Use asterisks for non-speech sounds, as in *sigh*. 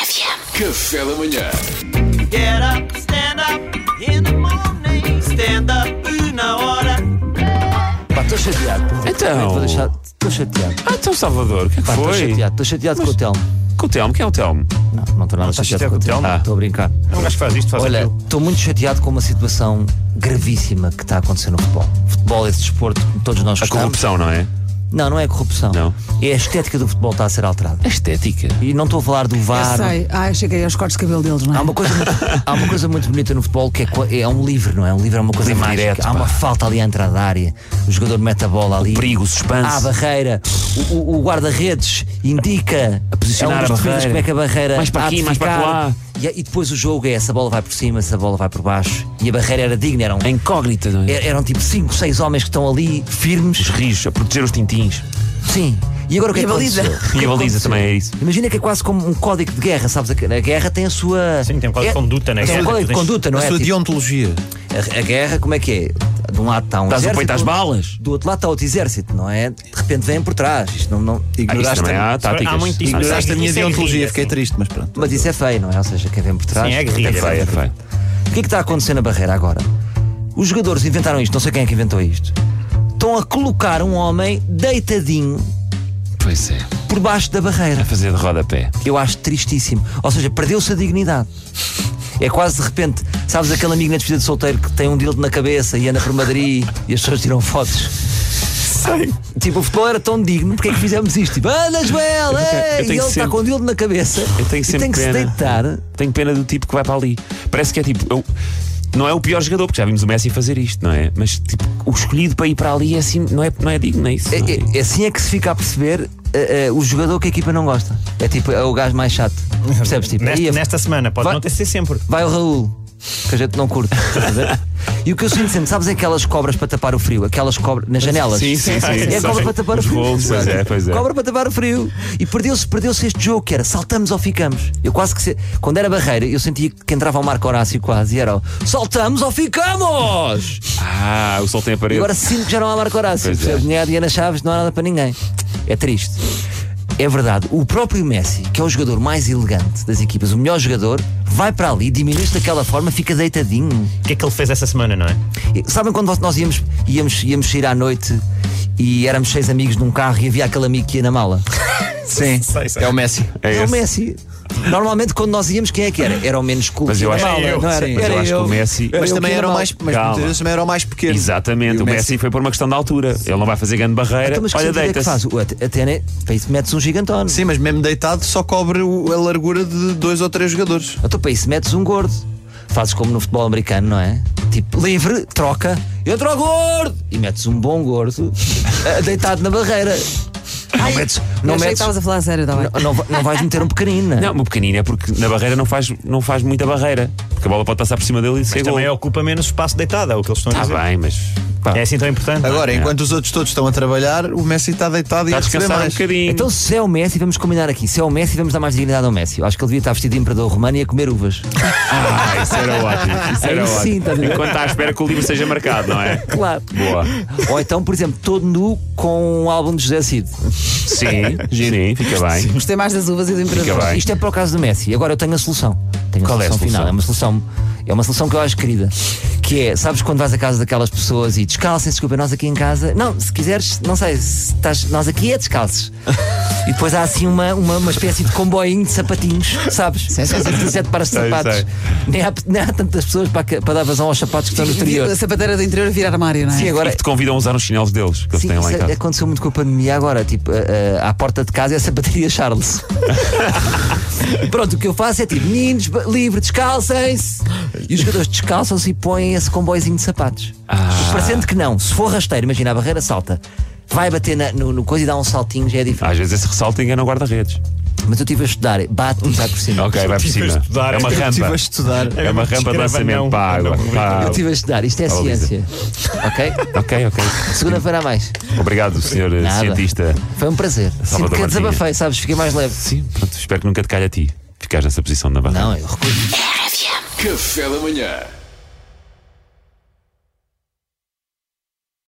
Café da manhã. Get up, stand up in the morning. Stand up na hora. Pá, estou chateado. Então. Vou deixar. Estou chateado. Ah, então Salvador, o que é que Pá, estou foi? chateado. Estou chateado com o Telmo. Com o Telmo, quem é o Telmo? Não, não estou nada chateado chateado com o com o Telmo. Telmo? Estou a brincar. É um gajo que faz isto, faz Olha, aquilo. estou muito chateado com uma situação gravíssima que está a acontecer no futebol. Futebol é esse desporto que todos nós A gostamos. corrupção, não é? Não, não é a corrupção. Não. É a estética do futebol que está a ser alterada. A estética. E não Ah. estou a falar do VAR. Eu sei. Ah, eu cheguei aos cortes de cabelo deles, não é? Há uma, coisa muito, há uma coisa muito bonita no futebol que é, co- é um livre, não é? Um livre é uma coisa Livre mágica. direto, há pá. uma falta ali à entrada da área. O jogador mete a bola ali. Perigo, Há a suspense. barreira. O, o- o guarda-redes indica A é posicionar um dos a defesas barreira. como é que a barreira Mais para há aqui, de mais para ficar. lá. E, e depois o jogo é essa bola vai por cima, essa bola vai por baixo. E a barreira era um digna, eram, A incógnita, não é? er- eram tipo 5, 6 homens que estão ali Os firmes. rios, a proteger os tintins. Sim. E agora o que E é que a baliza. aconteceu? E a baliza também é isso. Imagina que é quase como um código de guerra, sabes? A a guerra tem a sua. Sim, tem um código de conduta, né? Tem um Guerra, código de tu tens- conduta, não a é? sua Tipo, deontologia. a, a guerra, como é que é? De um lado está um Estás o exército. peito às do- balas. Do outro lado está outro exército, não é? De repente vêm por trás. Isto não. não... Ah, isso também há táticas. Há muito isso. Ignoraste a minha Isso é deontologia, guerrilha, fiquei assim. sim. triste, mas pronto. Mas isso é feio, não é? Ou seja, quem vem por trás. Sim, é É guerrilha. feio, é feio. O que é que está a acontecer na barreira agora? Os jogadores inventaram isto, não sei quem é que inventou isto. Estão a colocar um homem deitadinho Pois é. por baixo da A barreira. fazer de rodapé. Eu acho tristíssimo. Ou seja, perdeu-se a dignidade. É quase de repente, sabes aquele amigo na despedida de solteiro que tem um dildo na cabeça e anda por Madrid e as pessoas tiram fotos. Ah, Tipo, o futebol era tão digno, porque é que fizemos isto? Tipo, anda Joel, ei! Eu tenho e ele está sempre- com o dildo na cabeça Eu tenho e sempre tem que se pena. deitar. É, Tenho pena do tipo que vai para ali. Parece que é tipo. eu- não é o pior jogador, porque já vimos o Messi fazer isto, não é? Mas tipo, o escolhido para ir para ali é assim, não é, não é digno, não é isso? não É- é- assim é que se fica a perceber eh, eh, o jogador que a equipa não gosta. É tipo, é o gajo mais *laughs* chato. Percebes? Tipo, aí Nesta, a- nesta semana, pode Vai- não ter sido sempre. vai o Raul, que a gente não curte. estás a ver? e o que eu sinto sempre, sabes aquelas cobras para tapar o frio? Aquelas cobras nas janelas. Sim, sim, sim. É Sim. cobra para tapar o Os frio. rolos, pois é, pois é. Cobra para tapar o frio. E perdeu-se perdeu este jogo que era saltamos ou ficamos. Eu quase que. se- Quando era barreira, eu sentia que entrava o Marco Horácio quase e era o, saltamos ou ficamos! Ah, o sol tem a E parede. agora sinto que já não há Marco Horácio. Pois é. percebes? Nem há Diana Chaves, não há nada para ninguém. É triste. É verdade, o próprio Messi, que é o jogador mais elegante das equipas, o melhor jogador, vai para ali, diminui-se daquela forma, fica deitadinho. O que é que ele fez essa semana, não é? E Sabem quando nós íamos, íamos, íamos sair à noite e éramos seis amigos num carro e havia aquele amigo que ia na mala? Sim, Sei, sei. é o Messi. é é o esse. Messi. Normalmente quando nós íamos, quem é que era? Era o menos culto. Mas eu na acho- mala, Era eu, não era? sim. Mas Era eu acho que o Messi. Mas eu também que era o mal. mais, mas Calma. muitas vezes também era o mais pequeno. Exatamente, E o Messi foi por uma questão da altura. Ele não vai fazer grande barreira. Então, mas que Olha, sentido é que faz? deita-se. O At- Até né? para isso metes um gigantone. Sim, mas mesmo deitado só cobre o- a largura de dois ou três jogadores. Então para isso metes um gordo. Fazes como no futebol americano, não é? Tipo, livre, troca, entra o gordo! E metes um bom gordo *laughs* eh, deitado na barreira. Não metes. Eu Não, achei que metes estavas a falar a sério, está bem. não, não va- não vais meter um pequenino. Não, o pequenino é porque na barreira não faz, não faz muita barreira. Porque a bola pode passar por cima dele e ser Mas gol. também ocupa menos espaço deitado, é o que eles estão a Está dizer. bem, mas. pá, É assim tão importante. não é? Agora, enquanto os outros todos estão a trabalhar, o Messi está deitado e Ah, está a a receber descansar um mais. bocadinho. Então se é o Messi, vamos combinar aqui. Se é o Messi, vamos dar mais dignidade ao Messi. Eu acho que ele devia estar vestido de imperador romano e a comer uvas. Ah, *laughs* isso era ótimo. Isso era Aí ótimo. sim, estás a ver? Enquanto está à espera que o livro seja marcado, não é? *laughs* Claro. Boa. Ou então, por exemplo, todo nu com um álbum de José Cid. *laughs* Sim, sim, fica bem. Gostei mais das uvas e do Fica imperador. bem. Isto é para o caso do Messi. Agora eu tenho a solução. Tenho Qual a é a solução final. solução? É uma solução. É uma solução que eu acho querida. Que é, sabes quando vais à casa daquelas pessoas e descalças, desculpa, nós aqui em casa. Não, se quiseres, não sei, se estás, nós aqui é descalços. E depois há assim uma, uma, uma espécie de comboinho de sapatinhos, sabes? São 17 pares de Sei, sapatos. sei. Nem há, nem há tantas pessoas para, que- para dar vazão aos sapatos que estão no A exterior. sapateira do interior vira armário, não é? Sim, E agora. que te convidam a usar os chinelos deles que eles Sim, têm lá em isso é casa. aconteceu muito com a pandemia agora. Tipo, a- a- à porta de casa é a *laughs* sapateria *laughs* Charles. Pronto, o que eu faço é tipo, meninos, ba- livre, descalcem-se. E os jogadores descalçam-se e põem esse comboizinho de sapatos. Ah. Parecendo que não, se for rasteiro, imagina, a barreira salta. Vai bater na- no, no coisa e dá um saltinho, já é diferente. Às vezes esse ressalto engana o guarda-redes. Mas eu estive a estudar, bate e vai por cima. Ah. Ok, vai por Estive a cima. estudar. É uma Eu Estive a rampa. É estudar. uma Eu rampa de escreva lançamento não. para a água. Não, Para a Eu água. estive a estudar, isto é Oh, ciência. Ok? Ok, ok. Segunda-feira a mais. Obrigado, senhor eh, Nada. cientista. Foi um prazer. Sinto que Martínez. desabafei, sabes? Fiquei mais leve. Sim, pronto, espero que nunca te calhe a ti. Ficares nessa posição na barra. Não, eu recuso. Café da manhã.